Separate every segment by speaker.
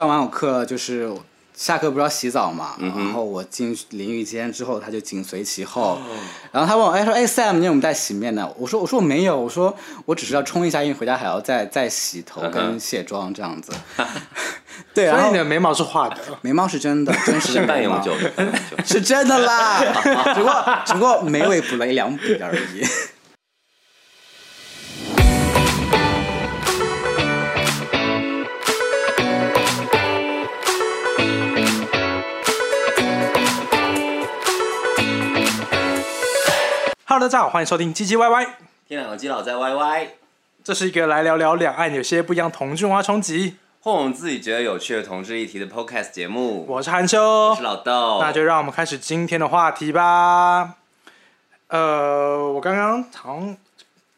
Speaker 1: 上完我课就是下课不是要洗澡嘛，
Speaker 2: 嗯哼
Speaker 1: 然后我进淋浴间之后，他就紧随其后，
Speaker 2: 哦
Speaker 1: 然后他问我，哎说哎 Sam 你有没有带洗面奶？我说我说我没有，我说我只是要冲一下，因为回家还要再再洗头跟卸妆这 样子。对，然
Speaker 3: 所 以
Speaker 1: 后
Speaker 3: 你的眉毛是画的，
Speaker 1: 眉毛是 真的，真实的
Speaker 2: 是半
Speaker 1: 眉毛
Speaker 2: 永久 的，半永久的。
Speaker 1: 是真的 啦，只不过只不过眉尾补了一两笔而 已。
Speaker 3: Hello，大家好，欢迎收听唧唧歪歪，
Speaker 2: 天两个基佬在 YY，
Speaker 3: 这是一个来聊聊两岸有些不一样同质文化冲击。
Speaker 2: 或我们自己觉得有趣的同志议题的 Podcast 节目。
Speaker 3: 我是韩修
Speaker 2: 我是，老豆，
Speaker 3: 那就让我们开始今天的话题吧。呃，我刚刚好像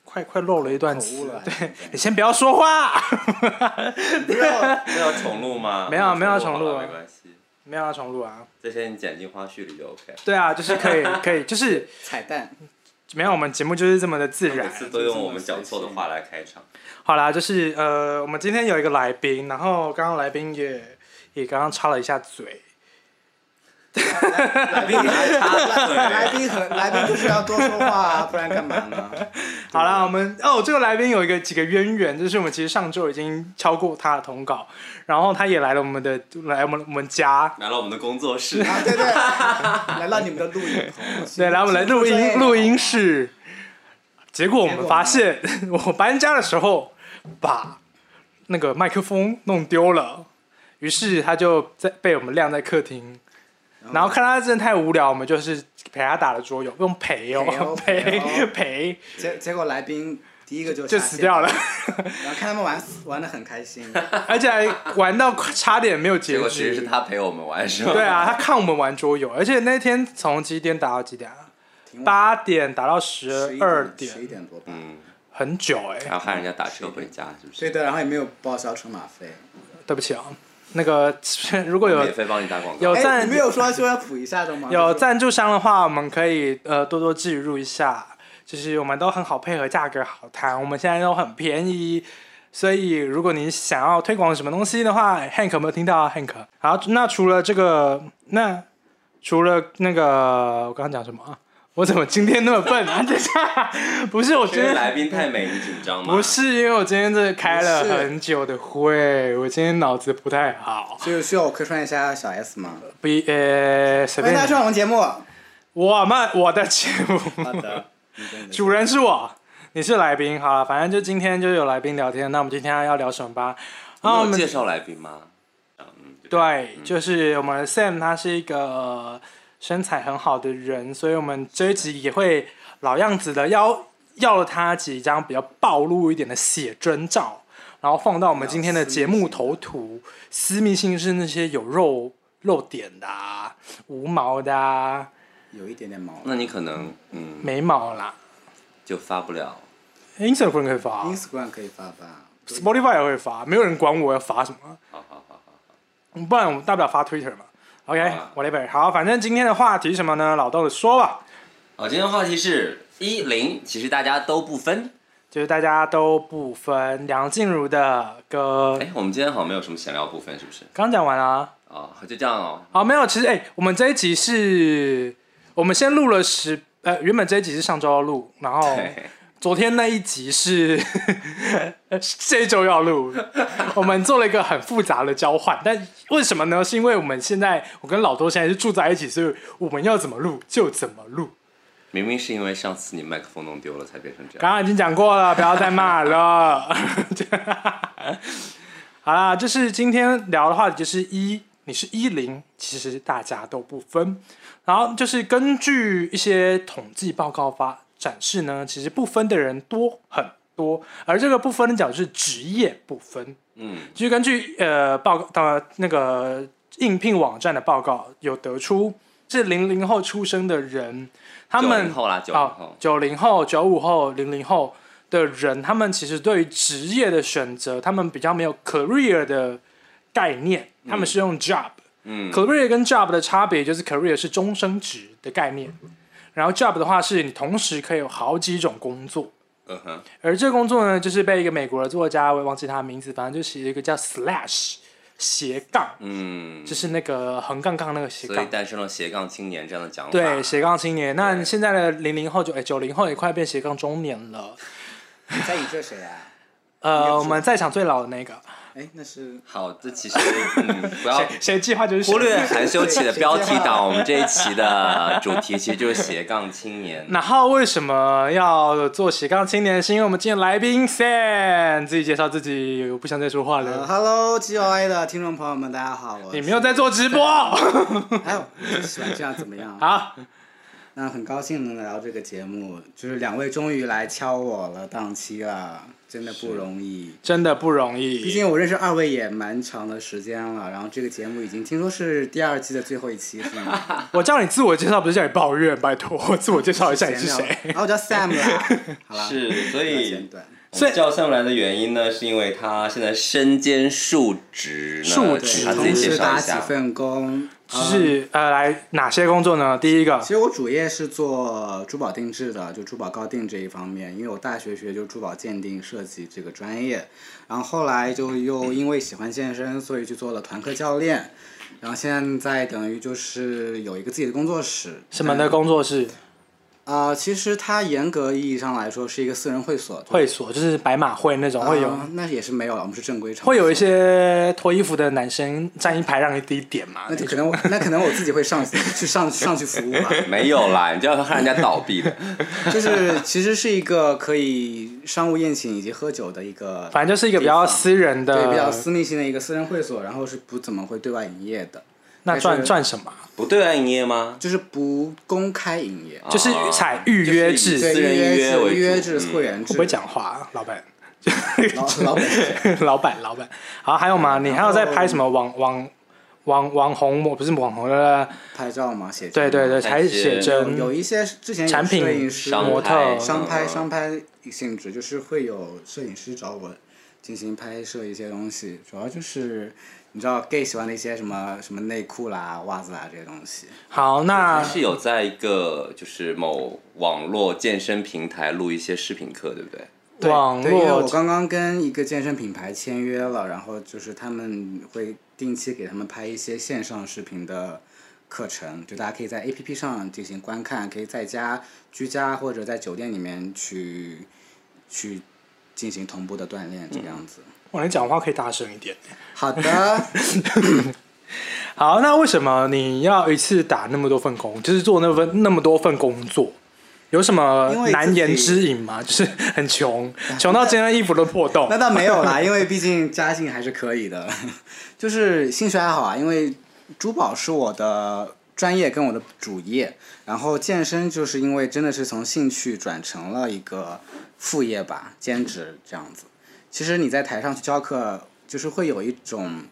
Speaker 3: 快快漏了一段词，对你先不要说话，
Speaker 2: 不要不要重录吗？
Speaker 3: 没有没有重录
Speaker 2: 录
Speaker 3: 啊
Speaker 2: 没关系，
Speaker 3: 没有要重录啊。
Speaker 2: 这些你剪进花絮里就 OK。
Speaker 3: 对啊，就是可 以可以，就是
Speaker 1: 彩蛋，
Speaker 3: 没有我们节目就是这么的自
Speaker 2: 每
Speaker 3: 然。
Speaker 2: 次都用我们讲错的话来开场，
Speaker 3: 好啦，就是呃，我们今天有一个来宾，然后刚刚来宾也也刚刚插了一下嘴，
Speaker 2: 来宾还插
Speaker 1: 来
Speaker 2: 嘴，
Speaker 1: 宾很来宾就是要多说话啊，不然干嘛呢？
Speaker 3: 好啦，我们哦，这个来宾有一个几个渊源，就是我们其实上周已经敲过他的通告，然后他也来了我们的来我们我们家，
Speaker 2: 来了我们的工作 室，
Speaker 1: 啊，对对，来到你们的录影棚，
Speaker 3: 对，来我们来录
Speaker 1: 哎
Speaker 3: 音录音室，结果我
Speaker 1: 结
Speaker 3: 们
Speaker 1: 果
Speaker 3: 发现 我搬家的时候把那个麦克风弄丢了，于是他就在被我们晾在客厅。
Speaker 1: 哦
Speaker 3: 然后看他真的太无聊，我们就是陪他打了桌游，用陪哦，
Speaker 1: 陪
Speaker 3: 陪
Speaker 1: 哦陪哦
Speaker 3: 陪
Speaker 1: 结结果来宾第一个就
Speaker 3: 就死掉
Speaker 1: 了，
Speaker 3: 了，
Speaker 1: 然后看他们玩玩的很开心，
Speaker 3: 而且还玩到快差点没有结
Speaker 2: 结
Speaker 3: 局。
Speaker 2: 果其实是他陪我们玩是吧？
Speaker 3: 对啊，他看我们玩桌游，而且那天从几点打到几点啊？八点打到十二
Speaker 1: 十一
Speaker 3: 点，
Speaker 1: 点多吧。
Speaker 2: 嗯，
Speaker 3: 很久哎、
Speaker 2: 然后害人家打车回家是不
Speaker 1: 对
Speaker 3: 啊
Speaker 2: 是？
Speaker 1: 的，然后也没有报销车马费。
Speaker 3: 对不起啊，那个 如果有
Speaker 2: 免费帮你打广告，
Speaker 3: 有
Speaker 1: 哎，
Speaker 3: 赞
Speaker 1: 你没有说说要补一下的吗？
Speaker 3: 有
Speaker 1: 就是
Speaker 3: 赞助商的话，我们可以呃多多置入一下，就是我们都很好配合，价格好谈，我们现在都很便宜。所以，如果你想要推广什么东西的话，Hank 有没有听到啊？Hank，好，那除了这个，那除了那个，我刚刚讲什么啊？我怎么今天那么笨啊？等一下，不是，我
Speaker 2: 因
Speaker 3: 觉
Speaker 2: 为
Speaker 3: 得
Speaker 2: 来宾太美，你紧张吗？
Speaker 3: 不，是，因为我今天这开了
Speaker 1: 不是
Speaker 3: 很久的会，我今天脑子不太好。
Speaker 1: 就是需要我客串一下小 S 吗？
Speaker 3: 不一，呃，随
Speaker 1: 欢迎
Speaker 3: 便
Speaker 1: 大家
Speaker 3: 你。
Speaker 1: 上我们节目。好
Speaker 3: 我们我的节目，
Speaker 1: 的，
Speaker 3: 主人是我，你是来宾。好了，反正就今天就有来宾聊天。那我们今天要聊什么吧？
Speaker 2: 你
Speaker 3: 那我
Speaker 2: 有
Speaker 3: 们
Speaker 2: 介绍来宾吗？嗯，对
Speaker 3: 对，就是我们 Sam 他是一个、呃身材很好的人，所以我们这一集也会老样子的要要了他几张比较暴露一点的写真照，然后放到我们今天的节目头图。私密性是那些有肉肉点的、啊、无毛的、啊、
Speaker 1: 有一点点毛。
Speaker 2: 那你可能嗯
Speaker 3: 没毛啦。
Speaker 2: 就发不了，
Speaker 3: Instagram 可以发啊
Speaker 1: Instagram 可以发吧？
Speaker 3: ，Spotify 也会发，没有人管我要发什么。
Speaker 2: 好好好好好，
Speaker 3: 不然我们大不了发 Twitter 嘛。OK，
Speaker 2: 啊
Speaker 3: 我 e r 好，反正今天的话题是什么呢？老豆的说吧，
Speaker 2: 好，哦今天的话题是一零，其实大家都不分。
Speaker 3: 就是大家都不分梁静茹的歌，
Speaker 2: 哎，我们今天好像没有什么闲聊部分，是不是？
Speaker 3: 刚讲完了啊。
Speaker 2: 哦，就这样哦。
Speaker 3: 好，没有，其实哎、我们这一集是，我们先录了十，呃，原本这一集是上周要录，然后
Speaker 2: 对，
Speaker 3: 昨天那一集是 这一周要录，我们做了一个很复杂的交换，但为什么呢？是因为我们现在我跟老豆现在是住在一起，所以我们要怎么录就怎么录。
Speaker 2: 明明是因为上次你麦克风弄丢了才变成这样。
Speaker 3: 刚刚已经讲过了，不要再骂了。 好啦，就是今天聊的话，就是一，你是一零，其实大家都不分。然后就是根据一些统计报告发展示呢，其实不分的人多很多，而这个不分讲是职业不分。
Speaker 2: 嗯，
Speaker 3: 就是根据呃报告呃那个应聘网站的报告有得出，是零零后出生的人，他们
Speaker 2: 90后啦90后
Speaker 3: 九零后、九五后、零零后的人，他们其实对于职业的选择，他们比较没有 career 的概念，他们是用 job。
Speaker 2: 嗯
Speaker 3: career 跟 job 的差别就是 career 是终身职的概念，然后 job 的话是你同时可以有好几种工作。
Speaker 2: 嗯哼，
Speaker 3: 而这个工作呢，就是被一个美国的作家，我也忘记他的名字，反正就写了一个叫 Slash 斜杠，
Speaker 2: 嗯，
Speaker 3: 就是那个横杠杠那个斜
Speaker 2: 所以
Speaker 3: 杠。
Speaker 2: 诞生了斜杠青年这样的讲法。
Speaker 3: 对，斜杠青年。那
Speaker 2: 对
Speaker 3: 现在的零零后就哎九零后也快变斜杠中年了。
Speaker 1: 你在影射谁啊？
Speaker 3: 呃，
Speaker 1: 是
Speaker 3: 我们在场最老的那个，
Speaker 1: 哎，那是
Speaker 2: 好，这其实嗯，不要
Speaker 3: 谁计划就是谁
Speaker 2: 忽略含羞起的标题党，我们这一期的主题其实就是斜杠 青年。
Speaker 3: 然后为什么要做斜杠青年？是因为我们今天来宾 Sam 自己介绍自己，我不想再说话
Speaker 2: 啊
Speaker 1: 呃
Speaker 3: 了。
Speaker 1: ，Hello G O I 的听众朋友们，大家好，我
Speaker 3: 你
Speaker 1: 是
Speaker 3: 没有在做直播，
Speaker 1: 哎，我就喜欢这样怎么样？
Speaker 3: 好，
Speaker 1: 那很高兴能聊这个节目，就是两位终于来敲我了，档期了，真的不容易。
Speaker 3: 真的不容
Speaker 1: 毕
Speaker 3: 易。
Speaker 1: 竟我认识二位也蛮长的时间了，然后这个节目已经听说是第二季的最后一期，是 吗？
Speaker 3: 我叫你自我介绍，不是叫你抱怨，拜托， 自我介绍一下你是谁。
Speaker 1: 然哦后我叫 Sam 啦，好啦，
Speaker 2: 是，所
Speaker 1: 比较
Speaker 2: 以
Speaker 1: 简短。
Speaker 2: 我们叫上来的原因呢，是因为他现在身兼数职呢，
Speaker 3: 数
Speaker 1: 对
Speaker 3: 职
Speaker 2: 他自己
Speaker 1: 同
Speaker 2: 介
Speaker 1: 时
Speaker 2: 绍
Speaker 1: 打
Speaker 2: 一
Speaker 1: 几
Speaker 2: 下。
Speaker 1: 份工，
Speaker 3: 就
Speaker 1: 嗯
Speaker 3: 是呃，来哪些工作呢？第一个
Speaker 1: 其，实我主业是做珠宝定制的，就珠宝高定这一方面，因为我大学学就珠宝鉴定设计这个专业，然后后来就又因为喜欢健身，所以去做了团课教练，然后现在等于就是有一个自己的工作室。
Speaker 3: 什么的工作室
Speaker 1: 啊、其实它严格意义上来说是一个私人会所，
Speaker 3: 会所，就是白马会那种，哦会有
Speaker 1: 啊那也是没有了，我们是正规场所，
Speaker 3: 会有一些脱衣服的男生站一排让你自己点嘛
Speaker 1: 那。就可能我那可能我自己会上去上上去服务吧。
Speaker 2: 没有啦，你就要看人家倒闭的。
Speaker 1: 就是其实是一个可以商务宴请以及喝酒的一个，
Speaker 3: 反正就是一个比较私人的，
Speaker 1: 对比较私密性的一个私人会所，然后是不怎么会对外营业的，
Speaker 3: 那
Speaker 1: 还
Speaker 3: 赚
Speaker 1: 是
Speaker 3: 赚什么？
Speaker 2: 不对外营业吗？
Speaker 1: 就是不公开营业。
Speaker 3: 就是采预约制
Speaker 2: 就是以哦私
Speaker 1: 对
Speaker 2: 人
Speaker 1: 预
Speaker 2: 预
Speaker 1: 约制、
Speaker 2: 为主
Speaker 1: 预约制、
Speaker 2: 嗯
Speaker 1: 会员制。
Speaker 3: 会不会讲话啊、老板？
Speaker 1: 老老板是谁
Speaker 3: 老板，老板。好，还有吗？你还有在拍什么网网网网红？我不是网红的，
Speaker 1: 拍照嘛，写真
Speaker 3: 对对
Speaker 1: 嘛
Speaker 3: 对，
Speaker 2: 拍
Speaker 3: 才写
Speaker 2: 些
Speaker 1: 嗯有
Speaker 3: 真
Speaker 1: 有一些之前有
Speaker 3: 产品
Speaker 1: 摄影师
Speaker 2: 嗯商
Speaker 3: 模
Speaker 2: 拍
Speaker 3: 特
Speaker 2: 嗯
Speaker 1: 商拍商
Speaker 2: 拍。
Speaker 1: 拍性质，就是会有摄影师找我进行拍摄一些东西，主要就是你知道 gay 喜欢的一些什么什么内裤啦、袜子啦啊这些东西。
Speaker 3: 好，那
Speaker 2: 是有在一个就是某网络健身平台录一些视频课，对不
Speaker 3: 嗯
Speaker 2: 对？
Speaker 1: 对
Speaker 3: 网
Speaker 1: 对，因为
Speaker 3: 络
Speaker 1: 我刚刚跟一个健身品牌签约了，然后就是他们会定期给他们拍一些线上视频的课程，就大家可以在 APP 上进行观看，可以在家居家或者在酒店里面去去进行同步的锻炼，这个样子。
Speaker 3: 哇，你讲话可以大声一点。
Speaker 1: 好 的，
Speaker 3: 好，那为什么你要一次打那么多份工？就是做那份那么多份工作？有什么
Speaker 1: 因为自己
Speaker 3: 难言之隐吗？ 就是很穷，穷到今天衣服都破洞
Speaker 1: 那。倒没有啦，因为毕竟家境还是可以的， 就是兴趣爱好啊。因为珠宝是我的专业跟我的主业，然后健身就是因为真的是从兴趣转成了一个副业吧，兼职这样子。其实你在台上去教课，就是会有一种。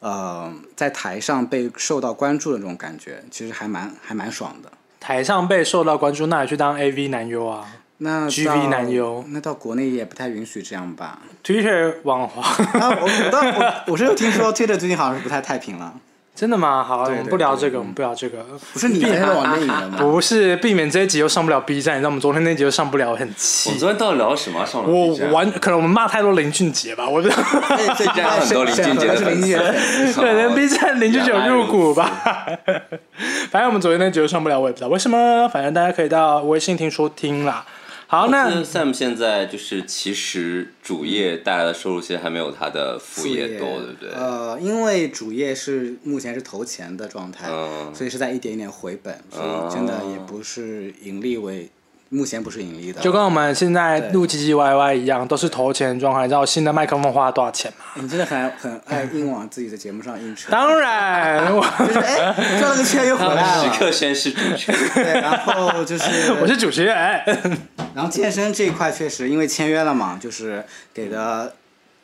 Speaker 1: 呃，在台上被受到关注的那种感觉，其实还蛮还蛮爽的。
Speaker 3: 台上被受到关注，那你去当 AV 男优啊
Speaker 1: 那
Speaker 3: GV
Speaker 1: 到
Speaker 3: 男优
Speaker 1: 那到国内也不太允许这样吧？
Speaker 3: ，Twitter 网红。
Speaker 1: 啊，我我但我我是有听说 Twitter 最近好像是不太太平了，
Speaker 3: 真的吗？好，
Speaker 1: 对
Speaker 3: 我们
Speaker 1: 对
Speaker 3: 不聊
Speaker 1: 对
Speaker 3: 这个，我们不聊这个。
Speaker 1: 不是你才是往内引的 吗？
Speaker 3: 啊不是避免这一集又上不了 B 站，你知道我们昨天那集又上不了，很
Speaker 2: 我
Speaker 3: 气
Speaker 2: 们。昨天到底聊什么啊？上了
Speaker 3: 我
Speaker 2: B 站
Speaker 3: 完，可能我们骂太多林俊杰吧，我不知道。
Speaker 1: 对最近
Speaker 2: 这样很多林俊杰的
Speaker 1: 是林俊杰的粉丝，
Speaker 3: 对，连 B 站林俊杰有入股吧
Speaker 2: 原。
Speaker 3: 反正我们昨天那集又上不了，我也不知道为什么。反正大家可以到微信听说听啦。好， 那
Speaker 2: 那 Sam 现在就是其实主业带来的收入其实还没有他的副业多，对不对？
Speaker 1: 嗯呃，因为主业是目前是投钱的状态，
Speaker 2: 嗯
Speaker 1: 所以是在一点一点回本，所以真的也不是盈利为，目前不是盈利的。
Speaker 3: 就跟我们现在录唧唧歪歪一样，都是投钱的状况。你知道新的麦克风花了多少钱吗？
Speaker 1: 你真的很很爱硬往自己的节目上硬 扯，
Speaker 3: 当然， 我
Speaker 1: 就是哎转了个圈又回
Speaker 2: 他们
Speaker 1: 来
Speaker 2: 时
Speaker 1: 了。
Speaker 2: 刻宣誓主权，
Speaker 1: 对，然后就是
Speaker 3: 我是主持人。
Speaker 1: 然后健身这一块确实因为签约了嘛，就是给的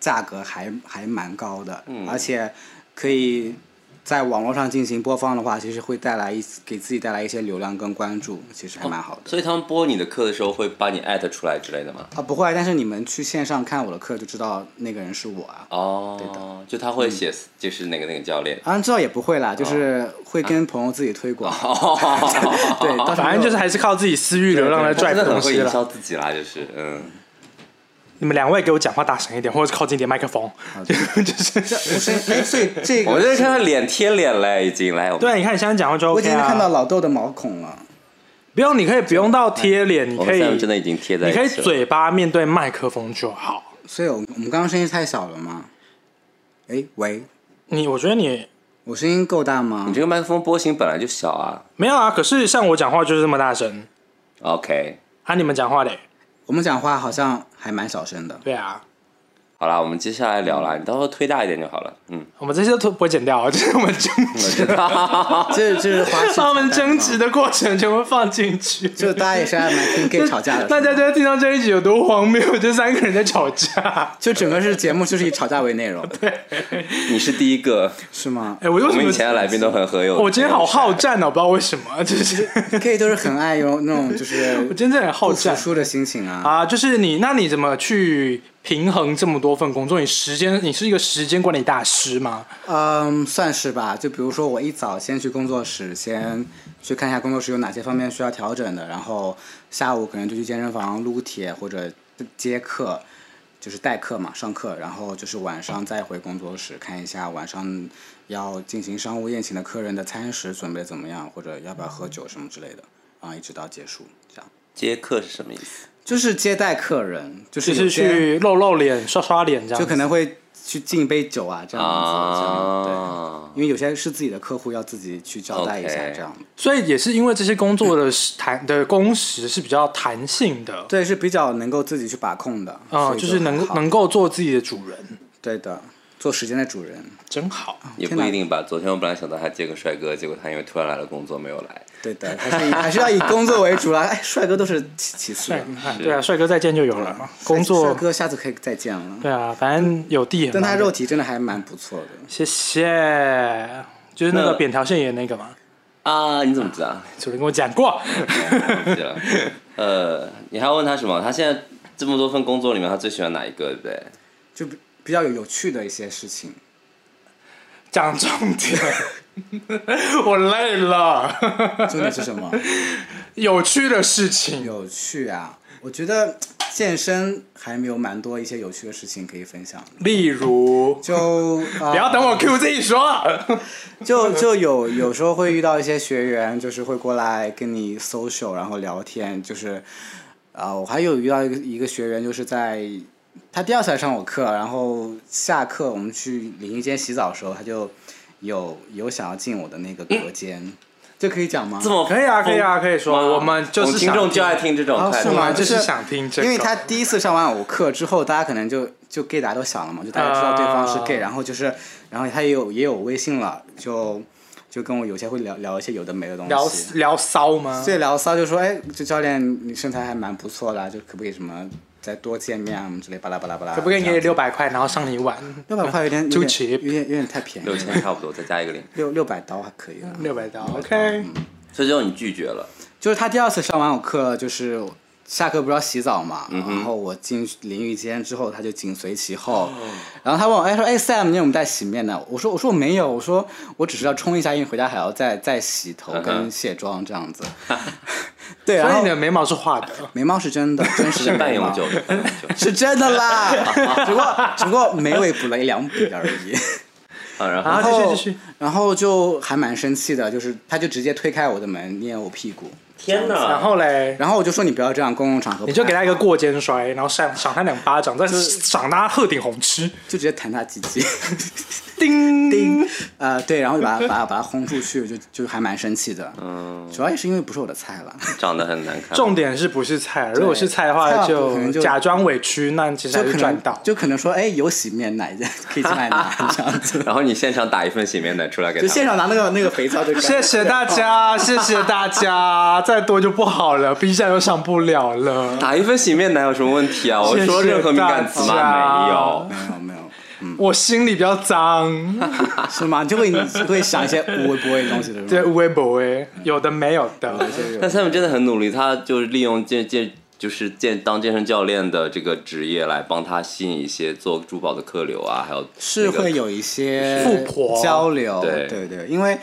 Speaker 1: 价格还还蛮高的，
Speaker 2: 嗯
Speaker 1: 而且可以在网络上进行播放的话，其实会带来一给自己带来一些流量跟关注，其实还 蛮好的。
Speaker 2: 哦所以他们播你的课的时候会把你艾特出来之类的吗？
Speaker 1: 啊，不会，但是你们去线上看我的课就知道那个人是我啊。
Speaker 2: 哦，
Speaker 1: 对
Speaker 2: 就他
Speaker 3: 嗯
Speaker 2: 会写，就是那个那个教练。
Speaker 1: 啊，知道也不会啦，
Speaker 2: 哦
Speaker 1: 就是会跟朋友自己推广。 对，到时候
Speaker 3: 反正就是还是靠自己私域流量来
Speaker 2: 他
Speaker 3: 拽
Speaker 2: 真的很
Speaker 3: 东
Speaker 2: 会
Speaker 3: 西
Speaker 2: 营
Speaker 3: 了。
Speaker 2: 销自己啦，就是嗯，
Speaker 3: 你们两位给我讲话大声一点，或者靠近一点麦克风，就就是
Speaker 1: 不是，哎，所以这个
Speaker 2: 我这看他脸贴脸嘞，已经来，我们
Speaker 3: 对，你看你现在讲话就
Speaker 1: 我
Speaker 3: OK
Speaker 1: 已经
Speaker 3: 啊。
Speaker 1: 看到老豆的毛孔了。
Speaker 3: 不用，你可以不用到贴脸，你
Speaker 2: 我
Speaker 3: 可
Speaker 2: 们
Speaker 3: 以
Speaker 2: 现在真的已经贴在一
Speaker 3: 你可
Speaker 2: 起了。
Speaker 3: 以嘴巴面对麦克风就好。
Speaker 1: 所以我我们刚刚声音太小了吗？哎，喂，
Speaker 3: 你我觉得你
Speaker 1: 我声音够大吗
Speaker 2: 你？这个麦克风波形本来就小啊。
Speaker 3: 没有啊，可是像我讲话就是这么大声，
Speaker 2: OK，
Speaker 3: 啊，你们讲话嘞？
Speaker 1: 我们讲话好像还蛮小声的。
Speaker 3: 对啊，
Speaker 2: 好啦，我们接下来聊
Speaker 3: 嗯
Speaker 2: 啦，你到时候推大一点就好了。嗯，
Speaker 3: 我们这些都不会剪掉，啊 就是我们争
Speaker 2: 我
Speaker 3: 执，
Speaker 2: 知道。
Speaker 1: 这这是花絮。
Speaker 3: 哦把我们争执，的过程全部放进去。
Speaker 1: 就大家也是爱蛮听 gay 吵架的。
Speaker 3: 大家就会听到这一集有多荒谬，这三个人在 吵架。
Speaker 1: 就整个是节目就是以吵架为内 容，
Speaker 2: 你是第一个，
Speaker 1: 是吗
Speaker 3: 哎，我为
Speaker 2: 我
Speaker 3: 什么
Speaker 2: 们以前的来宾都很合有。
Speaker 3: 我今天好好战哦，不知道为什么， 就是
Speaker 1: ？gay 都是很爱有那种就
Speaker 3: 我
Speaker 1: 是
Speaker 3: 真的很好
Speaker 1: 不服
Speaker 3: 战
Speaker 1: 输的心情啊。
Speaker 3: 啊！就是你，那你怎么去平衡这么多份工作？你时间，你是一个时间管理大师吗？
Speaker 1: 嗯，算是吧。就比如说，我一早先去工作室，先去看一下工作室有哪些方面需要调整的，然后下午可能就去健身房撸铁或者接课，就是代课嘛，上课。然后就是晚上再回工作室看一下晚上要进行商务宴请的客人的餐食准备怎么样，或者要不要喝酒什么之类的，然后一直到结束，这样
Speaker 2: 接客是什么意思？
Speaker 1: 就是接待客人，就是
Speaker 3: 就
Speaker 1: 有
Speaker 3: 是
Speaker 1: 些
Speaker 3: 去露露脸、刷刷脸这样子。
Speaker 1: 就可能会去敬一杯酒啊，这
Speaker 3: 嗯
Speaker 1: 样子，这样对。
Speaker 2: 啊，
Speaker 1: 因为有些是自己的客户，要自己去交代一下
Speaker 2: OK
Speaker 1: 这样。
Speaker 3: 所以也是因为这些工作的时弹的工时是比较弹性的，
Speaker 1: 对，是比较能够自己去把控的。
Speaker 3: 啊、
Speaker 1: 所以
Speaker 3: 就是能
Speaker 1: 很好
Speaker 3: 能够做自己的主人，
Speaker 1: 对的，做时间的主人。
Speaker 3: 真好。
Speaker 2: 也不一定吧。昨天我本来想到他接个帅哥，结果他因为突然来了工作没有来。
Speaker 1: 对的，还是以 还是要以工作为主啦。哎，帅哥都是其其次
Speaker 3: 帅
Speaker 1: 的
Speaker 3: 哥，，哎对啊，帅哥再见就有了嘛。工
Speaker 1: 帅
Speaker 3: 作，
Speaker 1: 哥下次可以再见了。
Speaker 3: 对啊，反正有地很
Speaker 1: 但
Speaker 3: 忙
Speaker 1: 他
Speaker 3: 的
Speaker 1: 肉体真的还蛮不错的，
Speaker 3: 谢谢，就是那个
Speaker 2: 那
Speaker 3: 扁桃腺炎那个嘛，
Speaker 2: 啊，你怎么知道？
Speaker 3: 主任跟我讲过。
Speaker 2: 忘记了。呃，你还要问他什么？他现在这么多份工作里面，他最喜欢哪一个？对不对？
Speaker 1: 就比比较有有趣的一些事情。
Speaker 3: 讲重点， 我累了。
Speaker 1: 重点是什 么？
Speaker 3: 有趣的事情，
Speaker 1: 有趣啊！我觉得健身还没有蛮多一些有趣的事情可以分享的。
Speaker 3: 例如，
Speaker 1: 就啊。
Speaker 3: 不要等我 Q 自己说。
Speaker 1: 就就有有时候会遇到一些学员，就是会过来跟你 social，然后聊天，就是，啊、我还有遇到一个一个学员，就是在他第二次来上我课，然后下课我们去淋浴间洗澡的时候，他就有有想要进我的那个隔间，这可以讲吗？
Speaker 2: 这么
Speaker 3: 可以啊，可以啊，可以
Speaker 2: 疯吗
Speaker 3: 说，我们就是
Speaker 2: 听众就爱
Speaker 3: 想
Speaker 2: 听这种
Speaker 1: 啊
Speaker 2: 态
Speaker 1: 是
Speaker 2: 度。
Speaker 1: 吗？
Speaker 3: 我就是
Speaker 1: 是
Speaker 3: 想听这个
Speaker 1: 因为他第一次上完我课之后，大家可能就就 gay 大家都想了嘛，就大家知道对方是 gay，、
Speaker 3: 啊
Speaker 1: 然后就是，然后他也有也有微信了，就就跟我有些会聊聊一些有的没的东西，
Speaker 3: 聊聊骚吗？
Speaker 1: 最聊骚就说，哎，这教练你身材还蛮不错的啊，就可不可以什么再多见面啊，什么之类巴拉巴拉巴拉。
Speaker 3: 可不可以给你啊
Speaker 1: 这样
Speaker 3: 六百块，然后上你一碗
Speaker 1: 子？六百块有点有
Speaker 3: 出
Speaker 1: 点
Speaker 3: 奇
Speaker 1: 有点有点太便宜
Speaker 2: 六
Speaker 1: 了，
Speaker 2: 千差不多，再加一个零，
Speaker 1: 六六百刀还可以了。
Speaker 3: 六百刀？OK，
Speaker 2: 所以最后你拒绝了。
Speaker 1: 就是他第二次上完我课，就是下课不是要洗澡嘛，
Speaker 3: 嗯
Speaker 1: 然后我进淋浴间之后，他就紧随其后，
Speaker 3: 哦
Speaker 1: 然后他问我，哎，说，哎，Sam，你有没有带洗面奶？我说，我说我没有，我说我只是要冲一下，因为回家还要再再洗头
Speaker 2: 嗯
Speaker 1: 跟
Speaker 2: 哼
Speaker 1: 卸妆这样子。 对，然
Speaker 3: 所以
Speaker 1: 后
Speaker 3: 你的眉毛是画的，
Speaker 1: 眉毛是真的， 真实的
Speaker 2: 是半
Speaker 1: 眉毛
Speaker 2: 永久的，半永久的。
Speaker 1: 是真的啦，只不过只不过眉尾补了一两笔而 已。
Speaker 2: 啊，然
Speaker 3: 然
Speaker 2: 后
Speaker 1: 然后
Speaker 3: 后继续继续，
Speaker 1: 然后就还蛮生气的，就是他就直接推开我的门，捏我屁股，
Speaker 2: 天哪！
Speaker 3: 然后嘞，
Speaker 1: 然后我就说你不要这样，公共场合不
Speaker 3: 你就给
Speaker 1: 太
Speaker 3: 他一
Speaker 1: 好
Speaker 3: 个过肩摔，然后赏赏他两巴掌，再赏他鹤顶红吃，
Speaker 1: 就直接弹他鸡鸡，
Speaker 3: 叮叮。
Speaker 1: 呃对，然后就把 他把他把他轰出去，就就还蛮生气的，嗯，主要也是因为不是我的菜了，
Speaker 2: 长得很难看。
Speaker 3: 重点是不是菜？啊如果是菜的
Speaker 1: 菜的
Speaker 3: 话，
Speaker 1: 话可能就
Speaker 3: 假装委屈，那其实
Speaker 1: 就
Speaker 3: 还
Speaker 1: 可
Speaker 3: 是赚到
Speaker 1: 能。就可能说哎有洗面奶可以进来拿这样子，
Speaker 2: 然后你现场打一份洗面奶出来给
Speaker 1: 就
Speaker 2: 他
Speaker 1: 现
Speaker 2: 们，
Speaker 1: 场拿那个那个肥皂就
Speaker 3: 谢谢大家，谢谢大家， 再多就不好了，B 站又上不了了。
Speaker 2: 打一份洗面奶有什么问题啊？我
Speaker 3: 谢谢
Speaker 2: 说任何敏感词
Speaker 3: 大家
Speaker 2: 吗？没有。
Speaker 1: 没有没有。
Speaker 3: 我心里比较脏，
Speaker 1: 是吗？就会你会想一些无微不微的东西的，
Speaker 3: 对，微博哎，有的没有的，
Speaker 2: 但他们真的很努力，他就是利用健健就是健当健身教练的这个职业来帮他吸引一些做珠宝的客流啊，还有
Speaker 1: 是
Speaker 2: 那个
Speaker 1: 会有一些
Speaker 3: 富婆
Speaker 1: 交流，
Speaker 2: 对
Speaker 1: 对对，因为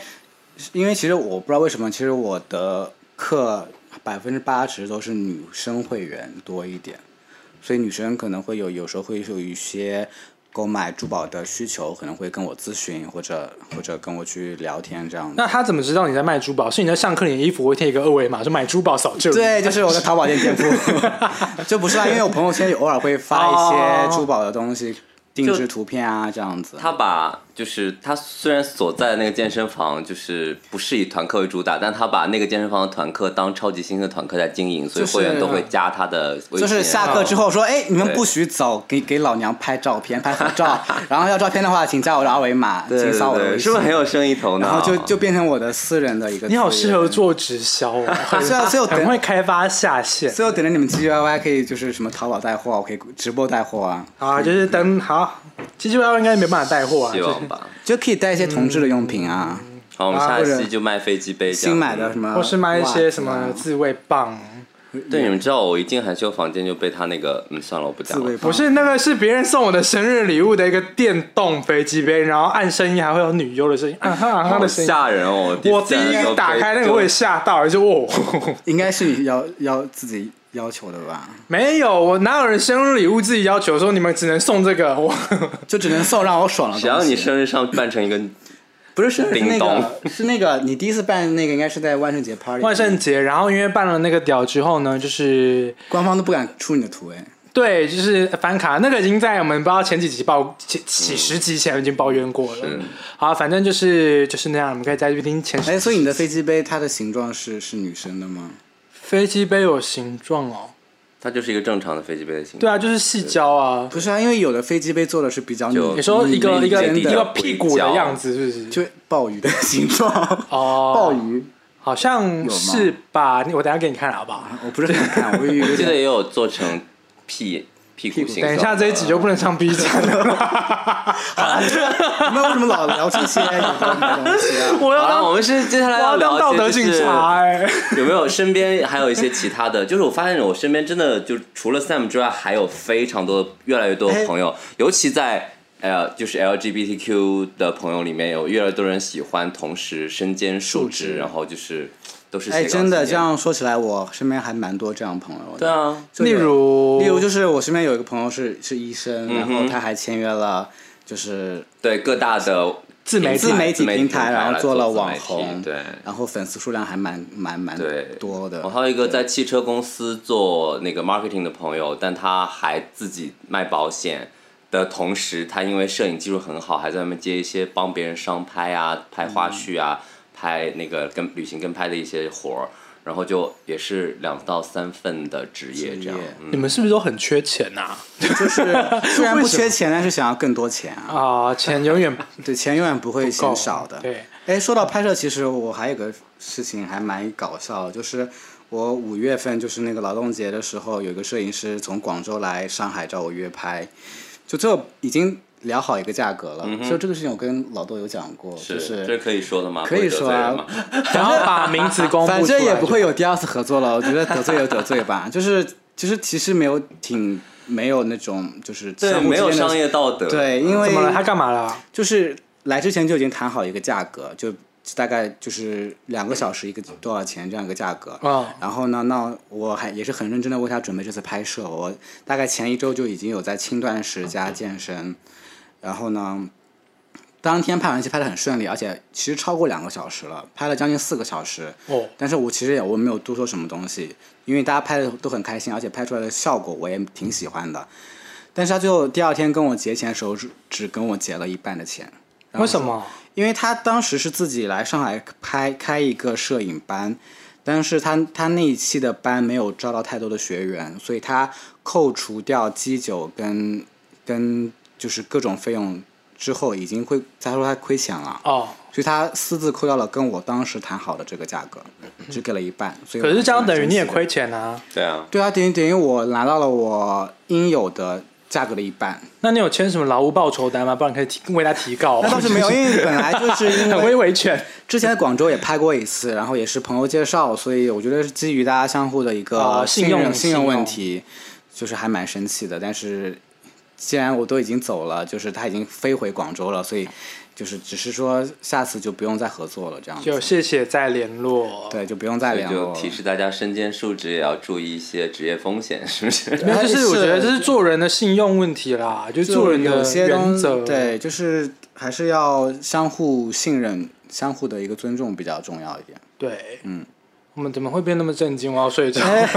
Speaker 1: 因为其实我不知道为什么，其实我的课百分之八十都是女生会员多一点，所以女生可能会有有时候会有一些购买珠宝的需求，可能会跟我咨询或者或者跟我去聊天这样子。
Speaker 3: 那他怎么知道你在卖珠宝？是你在上课里的衣服会贴一个二维码，说买珠宝扫这里。
Speaker 1: 对，就是我的淘宝店店铺， 就不是啦，因为我朋友圈有偶尔会
Speaker 3: 哦
Speaker 1: 发一些珠宝的东西，定制图片啊这样子。
Speaker 2: 他把就是他虽然所在的那个健身房就是不是以团课为主打，但他把那个健身房的团课当超级新的团课在经营，所以
Speaker 1: 就是
Speaker 2: 会员都会加他的微信。哦
Speaker 1: 就是下课之后说，哎，你们不许走，给给老娘拍照片、拍合照。然后要照片的话，请加我的二维码，
Speaker 2: 对
Speaker 1: 请
Speaker 2: 对
Speaker 1: 扫我的
Speaker 2: 对，
Speaker 1: 微
Speaker 2: 是
Speaker 1: 信
Speaker 2: 不是。很有啊生意头脑？
Speaker 1: 然后就就变成我的私人的一个。
Speaker 3: 你好，适合。做直销哦，很
Speaker 1: 所以所以我
Speaker 3: 很
Speaker 1: 等
Speaker 3: 会开发下线
Speaker 1: 所以我等着你们 G Y Y 可以就是什么淘宝带货啊，我可以直播带货啊，
Speaker 3: 啊，就是等好，其实我应该没办法带货啊，
Speaker 2: 希
Speaker 3: 就是
Speaker 2: 望吧。
Speaker 1: 就可以带一些同志的用品啊，
Speaker 2: 好，我们下
Speaker 1: 或者
Speaker 2: 一期就卖飞机杯这样子，嗯
Speaker 1: 新买的什么，啊
Speaker 3: 或是卖一些什么自慰棒。
Speaker 2: 对，你们知道我一进韩修房间就被他那个，嗯，算了，我不
Speaker 1: 自
Speaker 2: 讲
Speaker 1: 慰
Speaker 2: 了。
Speaker 1: 棒
Speaker 3: 不是那个，是别人送我的生日礼物的一个电动飞机杯，然后按声音还会有女优的声音，啊哈啊哈
Speaker 2: 好
Speaker 3: 的声音。
Speaker 2: 吓人哦！
Speaker 3: 我第一个打开那个，我也
Speaker 2: 位置，
Speaker 3: 吓到，哦而且我
Speaker 1: 应该是你要要自己要求的吧？
Speaker 3: 没有，我哪有人生日礼物自己要求说你们只能送这个？我
Speaker 1: 就只能送让我爽的东西。
Speaker 2: 只要你生日上办成一个，不是生
Speaker 1: 是那
Speaker 2: 叮咚，
Speaker 1: 个是那个，你第一次办那个应该是在万圣节 party，
Speaker 3: 万圣节，然后因为办了那个屌之后呢，就是
Speaker 1: 官方都不敢出你的图哎。
Speaker 3: 对，就是翻卡那个已经在我们不知道前几集抱几几十集前已经抱怨过了。好，反正就是就是那样，我们可以再去听前十
Speaker 1: 哎，所以你的飞机杯它的形状是是女生的吗？
Speaker 3: 飞机杯有形状哦。
Speaker 2: 它就是一个正常的飞机杯的形
Speaker 3: 对
Speaker 2: 状。
Speaker 3: 啊，就是细胶啊。
Speaker 1: 不是啊，因为有的飞机杯做的是比较女，
Speaker 2: 就
Speaker 3: 你说一个
Speaker 1: 女
Speaker 3: 一个
Speaker 1: 尖
Speaker 3: 一
Speaker 1: 的
Speaker 3: 个屁股的样子是不是？
Speaker 1: 就鲍鱼的形状，
Speaker 3: 哦
Speaker 1: 鲍鱼，
Speaker 3: 好像是吧？你我等一下给你看好不好？
Speaker 1: 我不是很看，我以为有
Speaker 2: 我 记得
Speaker 1: 点
Speaker 2: 也有做成屁屁股形状的。
Speaker 3: 等一下这一集就不能上 B 站了，
Speaker 1: 那为什么老聊这些有的没 的东西啊？
Speaker 3: 我要
Speaker 2: 好啊了，
Speaker 3: 当
Speaker 2: 我们是接下
Speaker 3: 我
Speaker 2: 来
Speaker 3: 要
Speaker 2: 要
Speaker 3: 当
Speaker 2: 聊
Speaker 3: 道德
Speaker 2: 一些
Speaker 3: 警
Speaker 2: 就是
Speaker 3: 察哎。
Speaker 2: 有没有身边还有一些其他的？就是我发现我身边真的就除了 Sam 之外，还有非常多、越来越多
Speaker 3: 哎
Speaker 2: 的朋友，尤其在呃，就是 LGBTQ 的朋友里面，有越来越多人喜欢，同时身兼数
Speaker 1: 数职
Speaker 2: 职，然后就是都是斜
Speaker 1: 哎，
Speaker 2: 杠青
Speaker 1: 真的
Speaker 2: 年
Speaker 1: 这。样说起来，我身边还蛮多这样朋友的。
Speaker 2: 对啊，
Speaker 1: 就
Speaker 3: 例
Speaker 1: 有
Speaker 3: 如，
Speaker 1: 例如就是我身边有一个朋友是是医生，
Speaker 2: 嗯
Speaker 1: 然后他还签约了就是
Speaker 2: 对各大的
Speaker 3: 自媒体
Speaker 1: 自媒体平
Speaker 2: 平
Speaker 1: 台，然后
Speaker 2: 来
Speaker 1: 做
Speaker 2: 做
Speaker 1: 了
Speaker 2: 自媒
Speaker 1: 网
Speaker 2: 体
Speaker 1: 红，
Speaker 2: 对。
Speaker 1: 然后粉丝数量还蛮蛮蛮
Speaker 2: 对哦
Speaker 1: 多的
Speaker 2: 我。还有一个在汽车公司做那个 marketing 的朋友，但他还自己卖保险的同时，他因为摄影技术很好，还在外面接一些帮别人商拍啊、拍花絮
Speaker 1: 嗯
Speaker 2: 啊、拍那个跟旅行跟拍的一些活儿，然后就也是两到三份的职业这样
Speaker 1: 职业。
Speaker 2: 嗯
Speaker 3: 你们是不是都很缺钱啊呐？
Speaker 1: 就是虽然不缺钱，但是想要更多钱啊。
Speaker 3: 啊，钱永远
Speaker 1: 对， 钱永远不会
Speaker 3: 够
Speaker 1: 嫌少的。
Speaker 3: 对，
Speaker 1: 哎，说到拍摄，其实我还有个事情还蛮搞笑的，就是我五月份就是那个劳动节的时候，有一个摄影师从广州来上海找我约拍，就最后已经聊好一个价格了。所以这个事情我跟老豆有讲过，就是
Speaker 2: 这可以说的吗？
Speaker 1: 可以说啊
Speaker 2: 不会得罪人吗
Speaker 3: 然后把名字公布 出来
Speaker 1: 反
Speaker 3: 就，
Speaker 1: 正也不会有第二次合作了。我觉得得罪就得罪吧，就是就是其实没有挺没有那种就是
Speaker 2: 对，
Speaker 1: 相互
Speaker 2: 没有
Speaker 1: 之间的
Speaker 2: 商业道德。
Speaker 1: 对，因为
Speaker 3: 怎么了？他干嘛了？
Speaker 1: 就是来之前就已经谈好一个价格，就大概就是两个小时一个多少钱这样一个价格。
Speaker 3: 嗯
Speaker 1: 然后呢，那我还也是很认真的为他准备这次拍摄，我大概前一周就已经有在轻断食加健身，然后呢，当天拍完戏拍的很顺利，而且其实超过两个小时了，拍了将近四个小时。
Speaker 3: 哦，
Speaker 1: 但是我其实也我没有多说什么东西，因为大家拍的都很开心，而且拍出来的效果我也挺喜欢的。但是他最后第二天跟我结钱的时候，只只跟我结了一半的钱，
Speaker 3: 为什么？
Speaker 1: 因为他当时是自己来上海拍开一个摄影班，但是他他那一期的班没有招到太多的学员，所以他扣除掉基酒跟跟就是各种费用之后，已经会他说他亏钱了。
Speaker 3: 哦，
Speaker 1: 所以他私自扣掉了跟我当时谈好的这个价格，只给了一半。所以我
Speaker 3: 可是这样
Speaker 1: 还蛮
Speaker 3: 等于你也
Speaker 1: 生气的
Speaker 3: 亏钱啊？
Speaker 2: 对啊，
Speaker 1: 对啊，等于等于我拿到了我应有的价格的一半。
Speaker 3: 那你有签什么劳务报酬单吗？不然可以提为他提告、哦。
Speaker 1: 那倒是没有，因为本来就是因
Speaker 3: 很
Speaker 1: 为
Speaker 3: 会 维权。
Speaker 1: 之前在广州也拍过一次，然后也是朋友介绍，所以我觉得是基于大家相互的一
Speaker 3: 啊
Speaker 1: 个
Speaker 3: 信
Speaker 1: 信
Speaker 3: 用
Speaker 1: 任、信
Speaker 3: 信用
Speaker 1: 问题，就是还蛮生气的。但是既然我都已经走了，就是他已经飞回广州了，所以就是只是说下次就不用再合作了这样
Speaker 3: 就
Speaker 1: 子。
Speaker 3: 谢谢再联络。
Speaker 1: 对，就不用再
Speaker 2: 所以
Speaker 1: 联
Speaker 2: 就
Speaker 1: 络了。
Speaker 2: 提示大家身兼数职也要注意一些职业风险，是不是？
Speaker 3: 没有，哎就是我觉得
Speaker 1: 是
Speaker 3: 这是做人的信用问题啦，就是
Speaker 1: 就
Speaker 3: 做人的
Speaker 1: 有些
Speaker 3: 原
Speaker 1: 东西
Speaker 3: 则。，
Speaker 1: 对，就是还是要相互信任、相互的一个尊重比较重要一点。
Speaker 3: 对，嗯，我们怎么会变那么震惊？我要睡着。
Speaker 1: 哎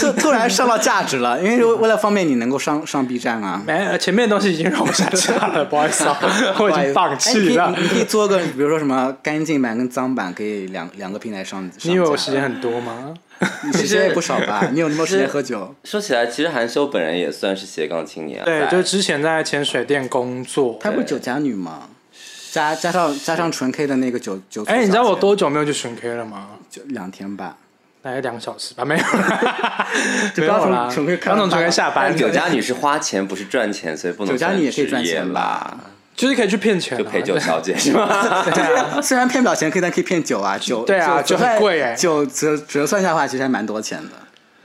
Speaker 1: 就 突然上到价值了，因为为了方便你能够上上 B 站啊。
Speaker 3: 没，呃前面的东西已经让我下架了，不好意 思啊，我已经放
Speaker 1: 哎
Speaker 3: 弃了
Speaker 1: 你可以。你可以做个，比如说什么干净版跟脏版，可以两两个平台上。上
Speaker 3: 你以为我
Speaker 1: 架
Speaker 3: 时间很多吗？
Speaker 1: 你时间也不少吧？你有那么多时间喝酒？
Speaker 2: 说起来，其实韩修本人也算是斜杠青年啊，
Speaker 3: 对，
Speaker 2: 在
Speaker 3: 就之前在潜水店工作。
Speaker 1: 她不是酒家女吗？加加上加上纯 K 的那个酒酒。
Speaker 3: 哎，你知道我多久没有去巡 K 了吗？
Speaker 1: 就两天吧？
Speaker 3: 大概两个小时吧，没有啦，
Speaker 1: 就
Speaker 3: 没
Speaker 1: 刚
Speaker 3: 有
Speaker 1: 从
Speaker 3: 啦，
Speaker 1: 从这
Speaker 3: 刚
Speaker 1: 看
Speaker 3: 从
Speaker 1: 到
Speaker 3: 酒店下
Speaker 2: 但
Speaker 3: 班，
Speaker 2: 酒家女是花钱不是赚钱，所以不能
Speaker 1: 酒家
Speaker 2: 算
Speaker 1: 女也可以
Speaker 2: 职
Speaker 1: 赚
Speaker 2: 业
Speaker 1: 钱
Speaker 2: 啦，
Speaker 1: 吧？
Speaker 3: 就是可以去骗钱啊，
Speaker 2: 就陪酒 小姐是吗？
Speaker 1: 啊虽然骗不了钱，可以但可以骗酒啊，酒
Speaker 3: 对啊
Speaker 1: 酒
Speaker 3: 酒很
Speaker 1: 算
Speaker 3: 贵哎
Speaker 1: 酒折折算下的话，其实还蛮多钱的。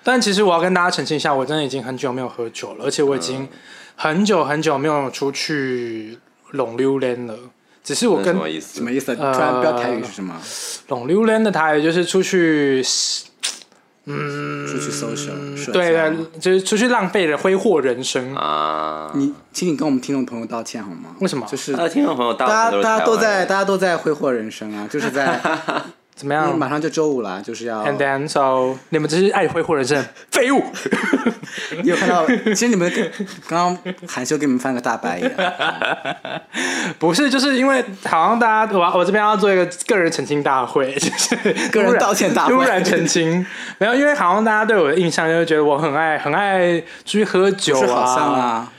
Speaker 3: 但其实我要跟大家澄清一下，我真的已经很久没有喝酒了，而且我已经很久很久没有出去拢溜连了。只是我
Speaker 2: 那什
Speaker 3: 跟
Speaker 2: 么意
Speaker 1: 什
Speaker 2: 思
Speaker 1: 么？意思？突
Speaker 3: 呃
Speaker 1: 然不知道台语是什么？
Speaker 3: 拢溜连的台语就是出去，
Speaker 1: 出去 social，社交
Speaker 3: 嗯对对，就是出去浪费了挥霍人生。
Speaker 2: 啊，
Speaker 1: 你请你跟我们听众朋友道歉好吗？
Speaker 3: 为什么
Speaker 1: 就是
Speaker 2: 那听众朋友大
Speaker 1: 大
Speaker 2: 部分
Speaker 1: 家啊大
Speaker 2: 是
Speaker 1: 家都
Speaker 2: 台湾
Speaker 1: 在
Speaker 2: 人
Speaker 1: 大家都在挥霍人生 啊，就是在
Speaker 3: 怎么
Speaker 1: 因为
Speaker 3: 样
Speaker 1: 马上就周五了，就是要。
Speaker 3: 嗯？And then so 你们这是爱挥霍人生的废物。
Speaker 1: 你有看到？其实你们刚刚韩修给你们翻个大白 眼，
Speaker 3: 不是，就是因为好像大家，我我这边要做一个个人澄清大会， 就是
Speaker 1: 个人
Speaker 3: 突然
Speaker 1: 道歉大会
Speaker 3: 突然澄清，没有，因为好像大家对我的印象就是觉得我很爱很爱出去喝酒
Speaker 1: 不是好像
Speaker 3: 啊。
Speaker 1: 啊，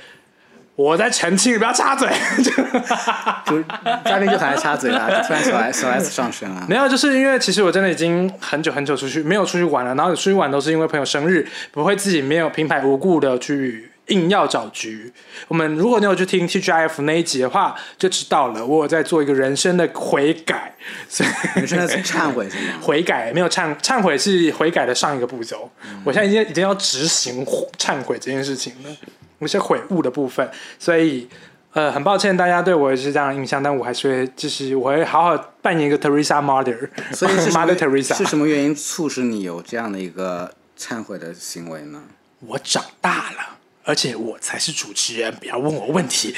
Speaker 3: 我在澄清，你不要插嘴。 就
Speaker 1: 就是嘉宾就很爱插嘴啦， 就突然小 S 小 S 上身啊。
Speaker 3: 没有，就是因为其实我真的已经很久很久出去没有出去玩了，然后出去玩都是因为朋友生日，不会自己没有平白无故的去硬要找局。我们如果你有去听 TGIF 那一集的话，就知道了，我有在做一个人生的悔改，所以
Speaker 1: 人生的忏悔是 吗？
Speaker 3: 悔改没有忏忏悔是悔改的上一个步骤，我现在已经已经要执行悔忏悔这件事情了，我是悔悟的部分，所以呃很抱歉大家对我是这样的印象，但我还是会就是我会好好扮演一个 Teresa Mother，
Speaker 1: 所以是什
Speaker 3: Mother
Speaker 1: 么
Speaker 3: Teresa，
Speaker 1: 是什么原因促使你有这样的一个忏悔的行为呢？
Speaker 3: 我长大了。而且我才是主持人，不要问我问题。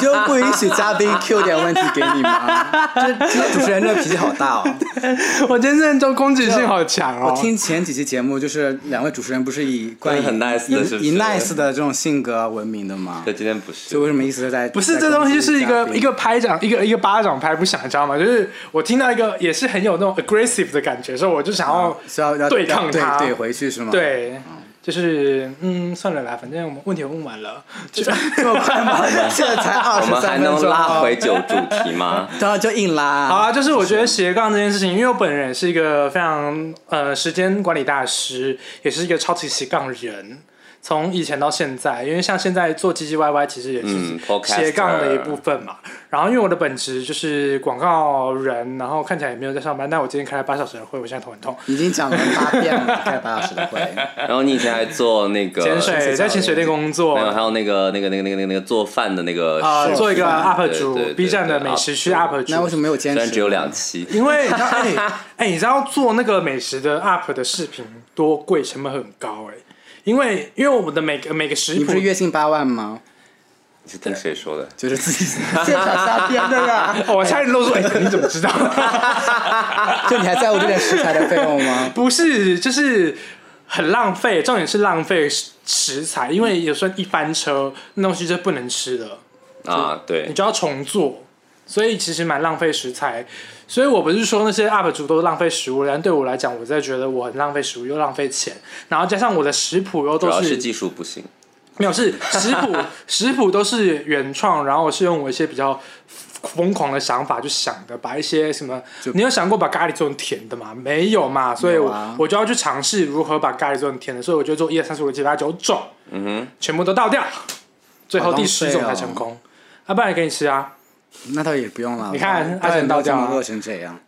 Speaker 1: 就不允许嘉宾 Q 点问题给你吗？ 这这主持人这脾气好大哦！
Speaker 3: 我今天这种攻击性好强
Speaker 1: 我
Speaker 3: 哦！
Speaker 1: 听前几期节目，就是两位主持人不是以关于
Speaker 2: 很 nice 的
Speaker 1: 以
Speaker 2: 是不是
Speaker 1: 以 nice 的这种性格闻名的吗
Speaker 2: 对，？今天不是
Speaker 1: 就。为什么一直在
Speaker 3: 不是
Speaker 1: 在
Speaker 3: 这东西
Speaker 1: 攻击
Speaker 3: 是一
Speaker 1: 嘉
Speaker 3: 个
Speaker 1: 宾
Speaker 3: 一个拍掌一个一个巴掌拍不响，你知道吗？就是我听到一个也是很有那种 aggressive 的感觉，所以我就想要
Speaker 1: 啊是要要
Speaker 3: 对抗
Speaker 1: 对
Speaker 3: 他
Speaker 1: 怼回去是吗？，
Speaker 3: 对，就是嗯，算了啦，反正我们问题我问完了，就是
Speaker 1: 这么快吗？现在才二
Speaker 2: 我
Speaker 1: 十
Speaker 2: 们还
Speaker 1: 三分
Speaker 2: 能
Speaker 1: 钟，
Speaker 2: 拉回酒主题吗？
Speaker 1: 当然就硬拉。
Speaker 3: 好啊，就是我觉得斜杠这件事情，因为我本人也是一个非常呃时间管理大师，也是一个超级斜杠人。从以前到现在，因为像现在做唧唧歪歪，其实也是
Speaker 2: 嗯，podcaster
Speaker 3: 斜杠的一部分嘛。然后因为我的本职就是广告人，然后看起来也没有在上班，但我今天开了八小时的会，我现在头很痛。
Speaker 1: 已经讲了八遍了，开八小时 的会，
Speaker 2: 然后你以前还做 那个
Speaker 3: 潜水在潜水店工作，
Speaker 2: 没有，还有那个那个那个那个那个那个做饭的那个
Speaker 3: 啊，
Speaker 2: 视频
Speaker 3: 做一个 UP
Speaker 2: 对
Speaker 3: 主
Speaker 2: 对对
Speaker 3: ，B 站的
Speaker 2: 对
Speaker 3: 美食区
Speaker 2: UP
Speaker 3: UP 主。
Speaker 1: 那为什么没有坚
Speaker 2: 虽
Speaker 1: 持？
Speaker 2: 然只有两期，
Speaker 3: 因为你知道，哎、哎你知道做那个美食的 UP 的视频多贵，成本很高哎、因为因为我们的每个每个食
Speaker 1: 你
Speaker 3: 谱
Speaker 1: 不是，月薪八万吗？
Speaker 2: 你是听谁说的？
Speaker 1: 就是自己现场瞎编的 呀。
Speaker 3: 哦我差点露出，哎、你怎么知道？
Speaker 1: 就你还在乎这点食材的费用吗？
Speaker 3: 不是，就是很浪费，重点是浪费食食材，因为有时候一翻车，那东西就不能吃了。
Speaker 2: 啊，
Speaker 3: 你
Speaker 2: 对，
Speaker 3: 就要重做，所以其实蛮浪费食材。所以我不是说那些 UP 主都浪费食物，但对我来讲，我在觉得我很浪费食物又浪费钱，然后加上我的食谱又
Speaker 2: 主
Speaker 3: 都
Speaker 2: 要
Speaker 3: 是
Speaker 2: 是技术不行。
Speaker 3: 没有是食 谱，食谱都是原创，然后我是用我一些比较疯狂的想法去想的，把一些什么，你有想过把咖喱做成甜的吗？没有嘛，所以
Speaker 1: 有
Speaker 3: 我、
Speaker 1: 啊
Speaker 3: 我就要去尝试如何把咖喱做成甜的，所以我就做一二三四五六七八九种，嗯哼，全部都倒掉，最后第十种
Speaker 1: 哦
Speaker 3: 才成功，要、不然也给你吃啊。
Speaker 1: 那倒也不用了。
Speaker 3: 你看
Speaker 1: 阿
Speaker 3: 阿
Speaker 1: 全
Speaker 3: 全
Speaker 1: 到
Speaker 3: 道
Speaker 1: 这
Speaker 3: 教
Speaker 1: 么
Speaker 3: 啊
Speaker 1: 饿成这样，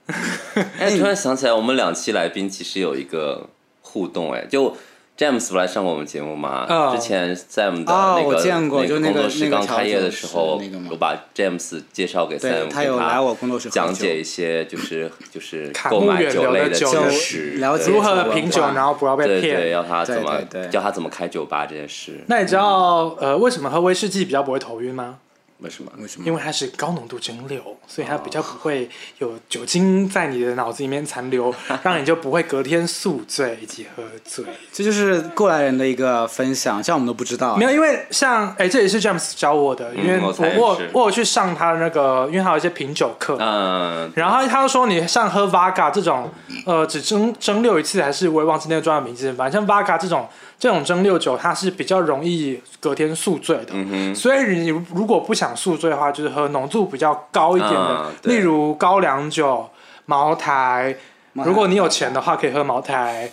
Speaker 1: 嗯
Speaker 2: 哎，突然想起来，我们两期来宾其实有一个互动，哎，就 James 不来上过我们节目吗？
Speaker 3: 嗯
Speaker 2: 之前在我们的
Speaker 1: 哦
Speaker 2: 那个、
Speaker 1: 啊我见过
Speaker 2: 那
Speaker 1: 就
Speaker 2: 个
Speaker 1: 那
Speaker 2: 工
Speaker 1: 个
Speaker 2: 作室刚开业的时候，
Speaker 1: 那个调酒师那个吗
Speaker 2: 我把 James 介绍给 Sam，
Speaker 1: 对他有
Speaker 2: 给
Speaker 1: 来我工作室喝
Speaker 2: 讲
Speaker 1: 酒
Speaker 2: 解一些就是就是
Speaker 3: 卡
Speaker 2: 购
Speaker 3: 木
Speaker 2: 买
Speaker 3: 远
Speaker 2: 酒
Speaker 3: 聊
Speaker 2: 类
Speaker 3: 的酒
Speaker 2: 知
Speaker 1: 就
Speaker 2: 识，
Speaker 1: 了解
Speaker 2: 对
Speaker 3: 如何
Speaker 1: 对
Speaker 3: 品酒，
Speaker 1: 对
Speaker 3: 然后不要被
Speaker 2: 对
Speaker 3: 骗。
Speaker 2: 对，要他怎么
Speaker 1: 对对对
Speaker 2: 教他怎么开酒吧这件事，
Speaker 3: 那你知道呃为什么喝威士忌比较不会头晕吗？
Speaker 2: 为什么？
Speaker 1: 为什么？
Speaker 3: 因为它是高浓度蒸馏，所以它
Speaker 2: 哦
Speaker 3: 比较不会有酒精在你的脑子里面残 留，让你就不会隔天宿醉以及喝醉。
Speaker 2: 哦
Speaker 1: 这就是过来人的一个分享，像我们都不知道
Speaker 3: 没。有，因为像哎，这也是 James 教我的，因为
Speaker 2: 嗯
Speaker 3: 我
Speaker 2: 我猜也
Speaker 3: 我
Speaker 2: 是
Speaker 3: 我有去上他那个，因为他有一些品酒课，
Speaker 2: 嗯，
Speaker 3: 然后他说你像喝 Vaga 这种，呃，只蒸蒸馏一次，还是我也忘记那个专有名字，反正像 Vaga 这种这种蒸馏酒，它是比较容易隔天宿醉的。
Speaker 2: 嗯
Speaker 3: 所以你如果不想宿醉的话，就是喝浓度比较高一点的，
Speaker 2: 啊对
Speaker 3: 例如高粱酒、茅台。
Speaker 1: 茅台
Speaker 3: 如果你有钱的话，可以喝茅台，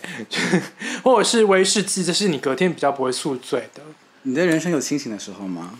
Speaker 3: 或者是威士忌，这是你隔天比较不会宿醉的。
Speaker 1: 你的人生有清醒的时候吗？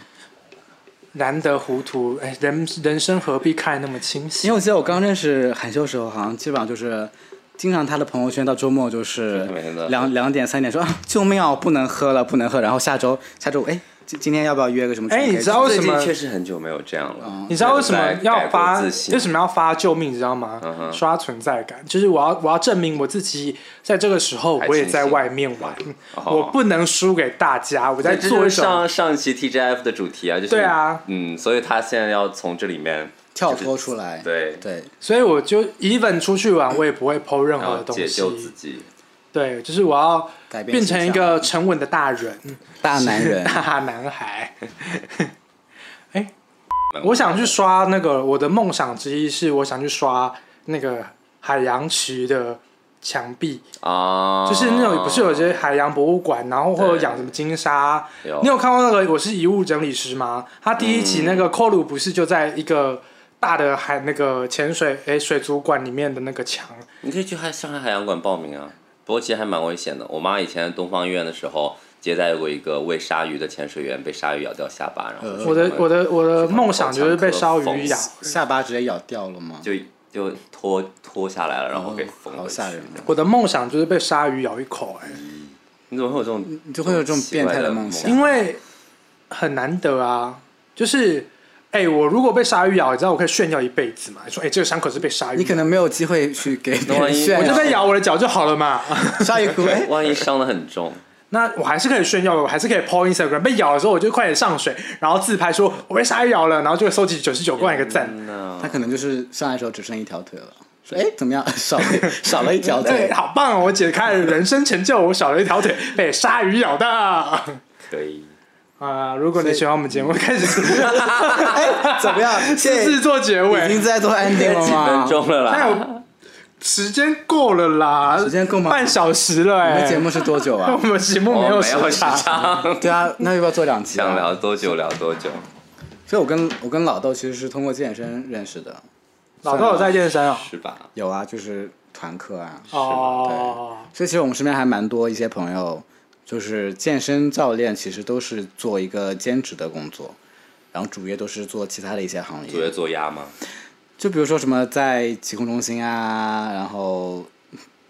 Speaker 3: 难得糊涂，哎，人人生何必看得那么清晰
Speaker 1: 因？为我记得我刚认识韩秀的时候，好像基本上就是，经常他的朋友圈到周末就是
Speaker 2: 每天都
Speaker 1: 两两点三点说啊救命啊我不能喝了不能喝，然后下周下周哎今今天要不要约个什么？哦
Speaker 3: 哎你知道
Speaker 2: 嗯，
Speaker 3: 为
Speaker 2: 最
Speaker 3: 什么
Speaker 2: 近确实很久没有这样了。
Speaker 3: 你知道为什么要发？
Speaker 2: 自
Speaker 3: 为
Speaker 2: 信嗯
Speaker 3: 什么要发救命？你知道吗？
Speaker 2: 哼
Speaker 3: 刷存在感，就是我要我要证明我自己，在这个时候
Speaker 2: 还
Speaker 3: 我也
Speaker 2: 清
Speaker 3: 在
Speaker 2: 醒
Speaker 3: 外面玩，
Speaker 2: 哦
Speaker 3: 我不能输给大家，我
Speaker 1: 哎
Speaker 3: 在
Speaker 2: 对这就
Speaker 3: 做一
Speaker 2: 是
Speaker 3: 种
Speaker 2: 上上一期 TGF 的主题啊，就是
Speaker 3: 对啊
Speaker 2: 嗯，所以他现在要从这里面
Speaker 1: 跳脱出来？
Speaker 2: 对
Speaker 1: 对，
Speaker 3: 所以我就 even 出去玩，我也不会剖任
Speaker 2: 然
Speaker 3: 何
Speaker 2: 后
Speaker 3: 的东
Speaker 2: 解救自
Speaker 3: 西。
Speaker 2: 己。
Speaker 3: 对，就是我要
Speaker 1: 改变
Speaker 3: 变成一
Speaker 1: 形象
Speaker 3: 个沉稳的大人，
Speaker 1: 大男 人
Speaker 3: 大男孩。哎，我想去刷那个，我的梦想之一是我想去刷那个海洋池的墙壁，
Speaker 2: 啊，
Speaker 3: 就是那种不是有些海洋博物馆，然后会有
Speaker 2: 对
Speaker 3: 养什么金沙
Speaker 1: 哦
Speaker 2: 有。
Speaker 3: 你有看过那个《我是遗物整理师》吗？他第一集
Speaker 1: 嗯
Speaker 3: 那个寇鲁不是就在一个大的海那个潜水诶水族馆里面的那个墙，
Speaker 2: 你可以去海上海海洋馆报名啊，不过其实还蛮危险的。我妈以前东方医院的时候接待过一个喂鲨鱼的潜水员，被鲨鱼咬掉下巴，然后
Speaker 1: 呃
Speaker 3: 我的我
Speaker 2: 的
Speaker 3: 的我的梦想就是被鲨鱼咬。
Speaker 1: 下巴直接咬掉了吗？
Speaker 2: 就就脱脱下来了，然后给缝
Speaker 1: 哦好
Speaker 2: 回去
Speaker 1: 吓人。啊
Speaker 3: 我的梦想就是被鲨鱼咬一口、哎，
Speaker 2: 你怎么会有这种？
Speaker 1: 你就会有这种变态的梦
Speaker 2: 奇
Speaker 1: 想
Speaker 2: 怪的
Speaker 3: 因为很难得啊，就是。哎、我如果被鲨鱼咬，你知道我可以炫耀一辈子嘛？你说，哎、这个伤口是被鲨鱼咬，
Speaker 1: 你可能没有机会去给别
Speaker 2: 万
Speaker 1: 人
Speaker 2: 一
Speaker 1: 炫
Speaker 3: 我
Speaker 1: 耀，
Speaker 3: 就在咬我的脚就好了嘛。
Speaker 1: 鲨鱼哭哎，
Speaker 2: 万一伤得很重，
Speaker 3: 那我还是可以炫耀，我还是可以 po Instagram。被咬的时候，我就快点上水，然后自拍说我被鲨鱼咬了，然后就收集九十九罐一个赞。
Speaker 2: 天哪
Speaker 1: 他可能就是上来的时候只剩一条腿了，说哎怎么样 少了少了一条
Speaker 3: 对，
Speaker 1: 腿，
Speaker 3: 好棒哦！我解开了人生成就，我少了一条腿，被鲨鱼咬 的。啊、
Speaker 2: 可以。
Speaker 3: 如果你喜欢我们节目，开始
Speaker 1: 哎怎么 样？现在
Speaker 3: 自做结
Speaker 1: 已 经
Speaker 3: 尾。
Speaker 1: 在做 ending 了
Speaker 2: 几分
Speaker 1: 吗？
Speaker 2: 钟了
Speaker 3: 还
Speaker 2: 啦，
Speaker 3: 有时间够了啦，
Speaker 1: 时间够吗
Speaker 3: 半小时了
Speaker 1: 你
Speaker 3: 哎、
Speaker 1: 们节目是多久啊
Speaker 3: 我？们节目哦没
Speaker 2: 哦没
Speaker 3: 有
Speaker 2: 有时
Speaker 3: 差。
Speaker 2: 长，
Speaker 1: 对啊，那要不要做两期、
Speaker 2: 想
Speaker 1: 啊？
Speaker 2: 聊多久聊多久。
Speaker 1: 所以我跟我跟老豆其实是通过健身认识的，
Speaker 3: 老豆有在健身哦。
Speaker 2: 是吧？
Speaker 1: 有啊，就是团课啊。
Speaker 3: 哦，
Speaker 1: 所以其实我们身边还蛮多一些朋友，就是健身教练，其实都是做一个兼职的工作，然后主业都是做其他的一些行
Speaker 2: 主要
Speaker 1: 业，
Speaker 2: 做鸭吗？
Speaker 1: 就比如说什么在疾控中心啊，然后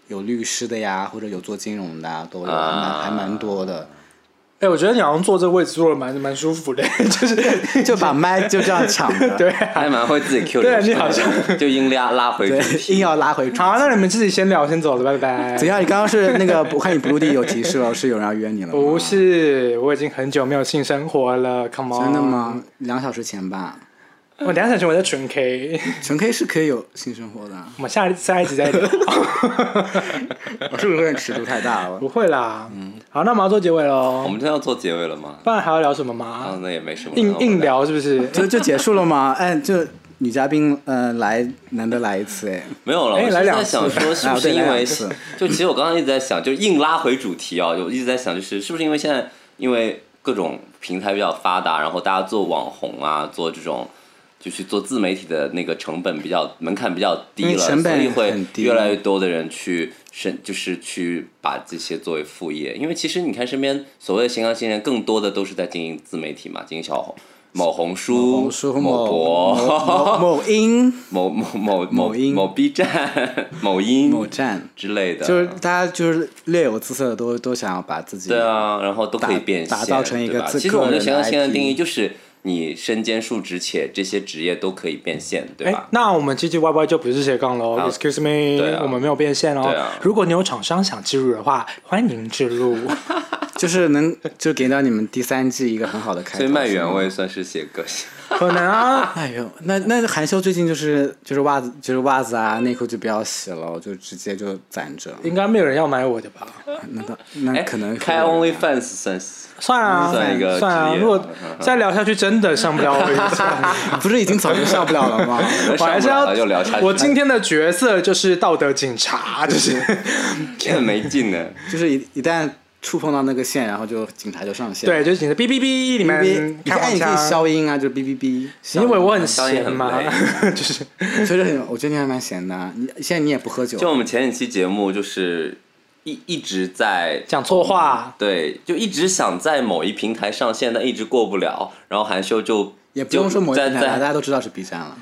Speaker 1: 有律师的呀，或者有做金融的、啊、都有，还蛮、
Speaker 2: 啊
Speaker 1: 还蛮多的。
Speaker 3: 哎、我觉得你好像坐这位置坐的蛮蛮舒服的， 就是
Speaker 1: 就把麦就这样抢着，
Speaker 3: 对、
Speaker 2: 还蛮会自己 Q
Speaker 3: 对
Speaker 2: 流程的
Speaker 3: 你好像
Speaker 2: 就硬拉拉回主
Speaker 1: 对，硬
Speaker 2: 题。
Speaker 1: 要拉回主
Speaker 3: 好，那你们自己先聊，先走了，拜拜。
Speaker 1: 怎样？你刚刚是那个，我看你 Blue D 有提示了，是有人要约你了吗？
Speaker 3: 不，是，我已经很久没有性生活了，Come on。
Speaker 1: 真的？吗？两小时前吧，
Speaker 3: 我等一下想去我在纯 K，
Speaker 1: 纯 K 是可以有性生活的啊。
Speaker 3: 我们下下一集再 聊。
Speaker 1: 我是不是有点尺度太大了？
Speaker 3: 不会啦，嗯，好，那我们要做结尾
Speaker 2: 我
Speaker 3: 喽。
Speaker 2: 们真的要做结尾了吗？
Speaker 3: 不然还要聊什么
Speaker 2: 啊
Speaker 3: 吗？，
Speaker 2: 那也没什么。那
Speaker 3: 硬
Speaker 2: 我们啊
Speaker 3: 硬聊是不是？
Speaker 1: 就就结束了吗？哎，就女嘉宾，呃，来难得来一次，哎，
Speaker 2: 没有了。
Speaker 3: 哎
Speaker 2: 我是
Speaker 3: 来两
Speaker 2: 在
Speaker 3: 次
Speaker 2: 想说，是
Speaker 1: 啊
Speaker 2: 不
Speaker 1: 对
Speaker 2: 是因
Speaker 1: 来
Speaker 2: 为
Speaker 1: 两次
Speaker 2: 就其实我刚刚一直在想，就硬拉回主题啊，就我一直在想，就是是不是因为现在因为各种平台比较发达，然后大家做网红啊，做这种。就是做自媒体的那个成本比较门槛比较
Speaker 1: 因
Speaker 2: 低
Speaker 1: 为
Speaker 2: 了，
Speaker 1: 成本
Speaker 2: 所以会
Speaker 1: 很低
Speaker 2: 越来越多的人去深，就是去把这些作为副业。因为其实你看身边所谓的斜杠青年，更多的都是在经营自媒体嘛，经营小红某红书、
Speaker 1: 某书
Speaker 2: 某博、
Speaker 1: 某某音、
Speaker 2: 某某某
Speaker 1: 某音
Speaker 2: 某 B 站、 某音、
Speaker 1: 某站，
Speaker 2: 之类的，
Speaker 1: 就是大家就是略有姿色的都都想要把自己
Speaker 2: 对啊，然后都可以变现，
Speaker 1: 打打造成一个
Speaker 2: 对吧
Speaker 1: 自
Speaker 2: 其实我们
Speaker 1: 个
Speaker 2: 就
Speaker 1: 人的
Speaker 2: 想想现在的
Speaker 1: IP
Speaker 2: 定义就是。你身兼数职，且这些职业都可以变现，对
Speaker 3: 哎
Speaker 2: 吧，？
Speaker 3: 那我们唧唧歪歪就不是斜杠喽
Speaker 2: 啊
Speaker 3: ，Excuse me，
Speaker 2: 对啊
Speaker 3: 我们没有变现哦
Speaker 2: 对啊。
Speaker 3: 如果你有厂商想置入的话，欢迎置 入。
Speaker 1: 就是能就给到你们第三季一个很好的开头。
Speaker 2: 所以卖
Speaker 1: 是吗
Speaker 2: 原味算是写歌，
Speaker 3: 可能啊，
Speaker 1: 哎呦，那那韩修最近就是就是袜子就是袜子啊内裤就不要洗了，我就直接就攒着。
Speaker 3: 应该没有人要买我的吧？
Speaker 1: 那倒那
Speaker 2: 哎，
Speaker 1: 嗯可能
Speaker 2: 开 OnlyFans 算是
Speaker 3: 算啊，
Speaker 2: 算一个
Speaker 3: 算啊。
Speaker 2: 职业
Speaker 3: 如果
Speaker 2: 嗯
Speaker 3: 再聊下去，真的上不了 我一下。
Speaker 1: 不是已经早就上不了了吗？
Speaker 3: 我还是
Speaker 2: 上不
Speaker 3: 要
Speaker 2: 了了就聊下去
Speaker 3: 我今天的角色就是道德警察，就是
Speaker 2: 真的没 劲呢。
Speaker 1: 就是一一旦触碰到那个线，然后就警察就上线。
Speaker 3: 对，就是警察哔哔哔，
Speaker 1: 哔哔，
Speaker 3: 你们
Speaker 1: 你
Speaker 3: 开
Speaker 1: 按
Speaker 3: 黄
Speaker 1: 你可以
Speaker 3: 腔。
Speaker 1: 消音啊，就哔哔哔。消音
Speaker 3: 因为我很
Speaker 2: 消音
Speaker 3: 闲嘛
Speaker 2: 很，
Speaker 3: 就是
Speaker 1: 所以就很，我最近还蛮闲的啊。你现在你也不喝酒，
Speaker 2: 就我们前几期节目，就是一一直在
Speaker 3: 讲错话，
Speaker 2: 对，就一直想在某一平台上线，但一直过不了。然后韩秀就
Speaker 1: 也不用说某一
Speaker 2: 就
Speaker 1: 平台吧，
Speaker 2: 在
Speaker 1: 大
Speaker 2: 在
Speaker 1: 家都知道是 B 站了。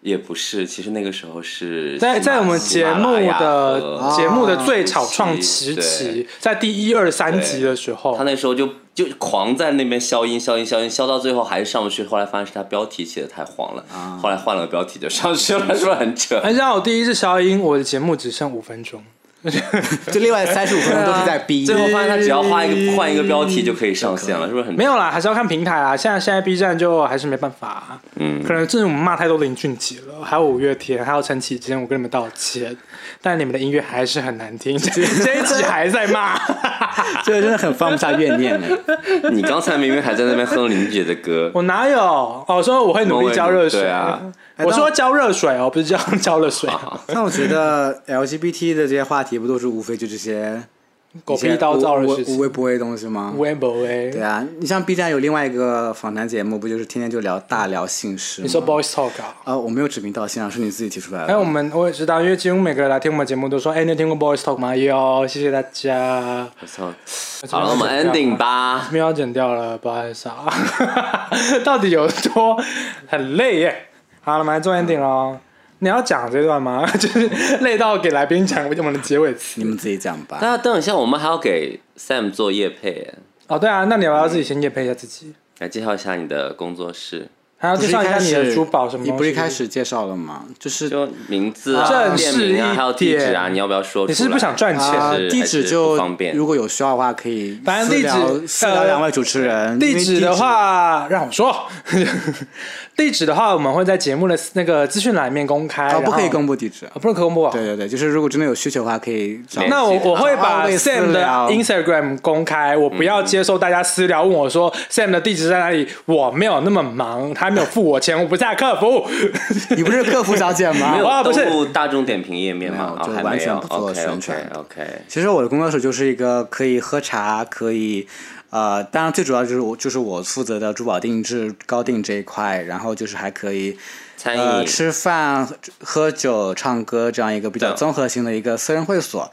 Speaker 2: 也不是，其实那个时候是
Speaker 3: 在在我们节目的哦
Speaker 1: 啊
Speaker 3: 节目的最草创时
Speaker 2: 时期
Speaker 3: 期，在第一二三集的时
Speaker 2: 他
Speaker 3: 候，
Speaker 2: 那时候就就狂在那边消音消音消音，消到最后还是上不去。后来发现是他标题写的太黄了，
Speaker 3: 啊
Speaker 2: 后来换了个标题就 上去了，是不是很扯？
Speaker 3: 而且我第一次消音，我的节目只剩五分钟，
Speaker 1: 就另外三十五分钟都是在
Speaker 3: 啊
Speaker 1: 逼。
Speaker 2: 最后发现他只要换一个换一个标题就可以上线了，是不是很
Speaker 3: 没有啦，还是要看平台啦。现在现在 B 站就还是没办法，
Speaker 2: 嗯
Speaker 3: 可能真的我们骂太多林俊杰了，还有五月天，还有陈绮贞，我跟你们道歉，但你们的音乐还是很难 听，这这一集还在骂。
Speaker 1: 这个真的很放不下怨念 的。
Speaker 2: 你刚才明明还在那边哼林姐的歌，
Speaker 3: 我哪有？哦，我说我会努力浇热水哎
Speaker 2: 对啊。哦
Speaker 3: 我说浇热水哦，不是浇 浇热水，
Speaker 1: 那我觉得 LGBT 的这些话题不都是无非就这些
Speaker 3: 狗屁倒灶的事
Speaker 1: 无无无
Speaker 3: 情。
Speaker 1: 微不微的东西吗？
Speaker 3: 微博哎
Speaker 1: 对，啊，你像 B 站有另外一个访谈节目，不就是天天就聊大聊姓氏吗？
Speaker 3: 你说 boys talk 啊？
Speaker 1: 啊，我没有指名道姓啊，是你自己提出来
Speaker 3: 哎，
Speaker 1: 的。
Speaker 3: 我们我也知道，因为几乎每个人来听我们节目都说，哎，你有听过 boys talk 吗？有，谢谢大家。
Speaker 2: 我操！好了，我们 ending 吧。
Speaker 3: 喵剪掉了，不好意思啊， 到底有多很累耶？好了，我们来做 ending 喽。你要讲这段吗？ 就是累到给来宾讲我们的结尾词。
Speaker 1: 你们自己讲吧。
Speaker 2: 大家等一下，我们还要给 Sam 做夜配，
Speaker 3: 哦，对啊，那你要不要自己先夜配一下自己？
Speaker 2: 来介绍一下你的工作室，
Speaker 3: 还要
Speaker 1: 不
Speaker 3: 介
Speaker 1: 是一
Speaker 3: 绍一下
Speaker 1: 开
Speaker 3: 你
Speaker 1: 始
Speaker 3: 的珠宝什么
Speaker 1: 你
Speaker 3: 东西？
Speaker 1: 不是一开始介绍了吗？就是
Speaker 2: 就名字啊、
Speaker 3: 正
Speaker 2: 店
Speaker 3: 式一
Speaker 2: 名啊，还有地址啊，
Speaker 3: 点
Speaker 2: 你要不要说出来？
Speaker 3: 你是不想赚钱？
Speaker 1: 啊、
Speaker 2: 是
Speaker 1: 地
Speaker 2: 还
Speaker 1: 址
Speaker 2: 是
Speaker 1: 就
Speaker 2: 不方便
Speaker 1: 如果有需要的话可以
Speaker 3: 反正地址
Speaker 1: 私聊私聊
Speaker 3: 呃
Speaker 1: 两位主持人。因
Speaker 3: 地
Speaker 1: 为
Speaker 3: 址的，话，让我说， 地址的话，我们会在节目的那个资讯栏里面公开，
Speaker 1: 啊，
Speaker 3: 然后
Speaker 1: 不可以公布地址。
Speaker 3: 啊，不能公布啊。
Speaker 1: 对对对，就是如果真的有需求的话，可以找。
Speaker 2: 那
Speaker 3: 那我我会把
Speaker 1: 好类似
Speaker 3: Sam 的
Speaker 1: 聊嗯
Speaker 3: Instagram 公开，我不要接受大家私聊问我说 Sam 的地址在哪里，我没有那么忙，他没有付我钱，我不是他客服。
Speaker 1: 你不是客服小姐吗
Speaker 2: 没？
Speaker 3: 啊
Speaker 2: 有
Speaker 3: 不是
Speaker 2: 登录大众点评页面吗？
Speaker 1: 没有
Speaker 2: 哦
Speaker 1: 就
Speaker 2: 还
Speaker 1: 完
Speaker 2: 没
Speaker 1: 全
Speaker 2: 有。
Speaker 1: 不做
Speaker 2: OK
Speaker 1: 宣
Speaker 2: OK
Speaker 1: 传
Speaker 2: OK。
Speaker 1: 其实我的工作室就是一个可以喝茶，可以，呃，当然最主要就是我就是我负责的珠宝定制、高定这一块，然后就是还可以，
Speaker 2: 餐
Speaker 1: 呃，
Speaker 2: 饮
Speaker 1: 吃饭、喝酒、唱歌这样一个比较
Speaker 2: 对
Speaker 1: 综合性的一个私人会所。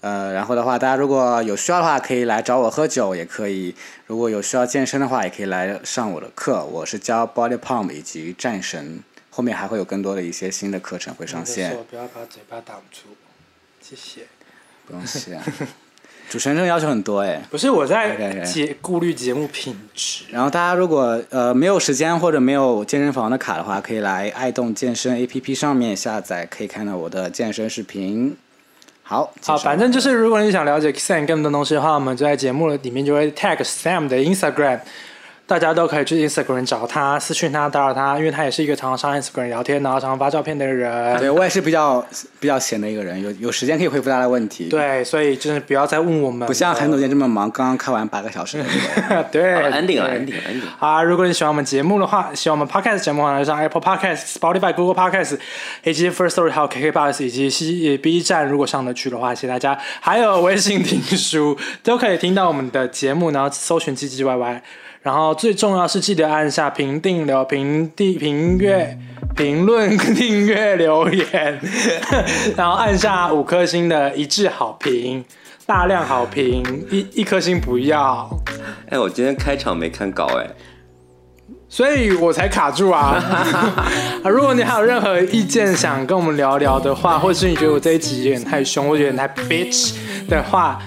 Speaker 1: 呃，然后的话，大家如果有需要的话，可以来找我喝酒，也可以；如果有需要健身的话，也可以来上我的课。我是教 Body Pump 以及战神，后面还会有更多的一些新的课程会上线。
Speaker 3: 不要把嘴巴挡住，谢谢。
Speaker 1: 不用谢，啊主持人真的要求很多哎。
Speaker 3: 不是我
Speaker 1: 来来
Speaker 3: 在节顾虑节目品质。
Speaker 1: 然后大家如果呃没有时间或者没有健身房的卡的话，可以来爱动健身 APP 上面下载，可以看到我的健身视频。好，
Speaker 3: 好，
Speaker 1: 介绍
Speaker 3: 反正就是如果你想了解 Sam 更多东西的话，我们就在节目里面就会 tag Sam 的 Instagram，大家都可以去 Instagram 找他，私讯他，打扰他，因为他也是一个常常上 Instagram 聊天，然后常常发照片的人。
Speaker 1: 对我也是比较比较闲的一个人，有有时间可以回复大家的问题。，
Speaker 3: 对，所以就是不要再问我们了，
Speaker 1: 不像韩总监这么忙，刚刚开完八个小时的课。
Speaker 3: 对
Speaker 2: 好了，ending
Speaker 3: 对
Speaker 2: 了哎，ending 了，ending。
Speaker 3: 好啊，如果你喜欢我们节目的话，喜欢我们 podcast 节目的话，上 Apple Podcast、Spotify、Google Podcast 以及 First Story 还有 KKBox 以及 C B 站，如果上得去的话，谢谢大家。还有微信听书 都可以听到我们的节目，然后搜寻唧唧歪歪。然后最重要是记得按下评定留评定评阅评论订阅留言， 然后按下五颗星的一致好评，大量好评，一一颗星不要。
Speaker 2: 哎，我今天开场没看稿哎，
Speaker 3: 所以我才卡住 啊！啊如果你还有任何意见想跟我们聊聊的话，或者是你觉得我这一集有点太凶，或者有点太 bitch 的话，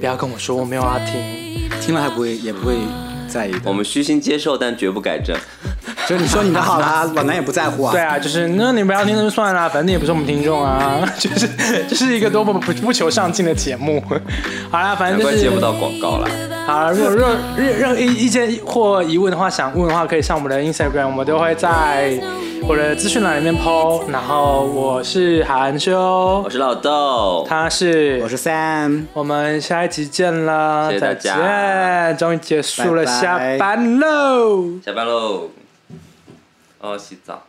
Speaker 3: 不要跟我说，我没有要听。
Speaker 1: 听了还不会也不会在意
Speaker 2: 我
Speaker 1: 的。
Speaker 2: 们虚心接受，但绝不改正。
Speaker 1: 就是你说你的好啦，老南也不在乎啊。
Speaker 3: 对啊，就是那你不要听那就算了，反正你也不是我们听众啊， 就是就是一个多么不不求上进的节目。 好啦，反
Speaker 2: 难
Speaker 3: 正就
Speaker 2: 怪
Speaker 3: 是
Speaker 2: 接不到广告了。
Speaker 3: 好了，如果任任任何意意见或疑问的话，想问的话，可以上我们的 Instagram，我们都会在我的资讯栏里面 PO。然后我是韩修
Speaker 2: 我，是老豆，
Speaker 3: 他是，
Speaker 1: 我是 Sam，
Speaker 3: 我们下一集见啦，
Speaker 2: 谢谢大家
Speaker 3: 再见，终于结束了，
Speaker 1: 拜拜
Speaker 3: 下班喽。
Speaker 2: 下班喽。哦，洗澡。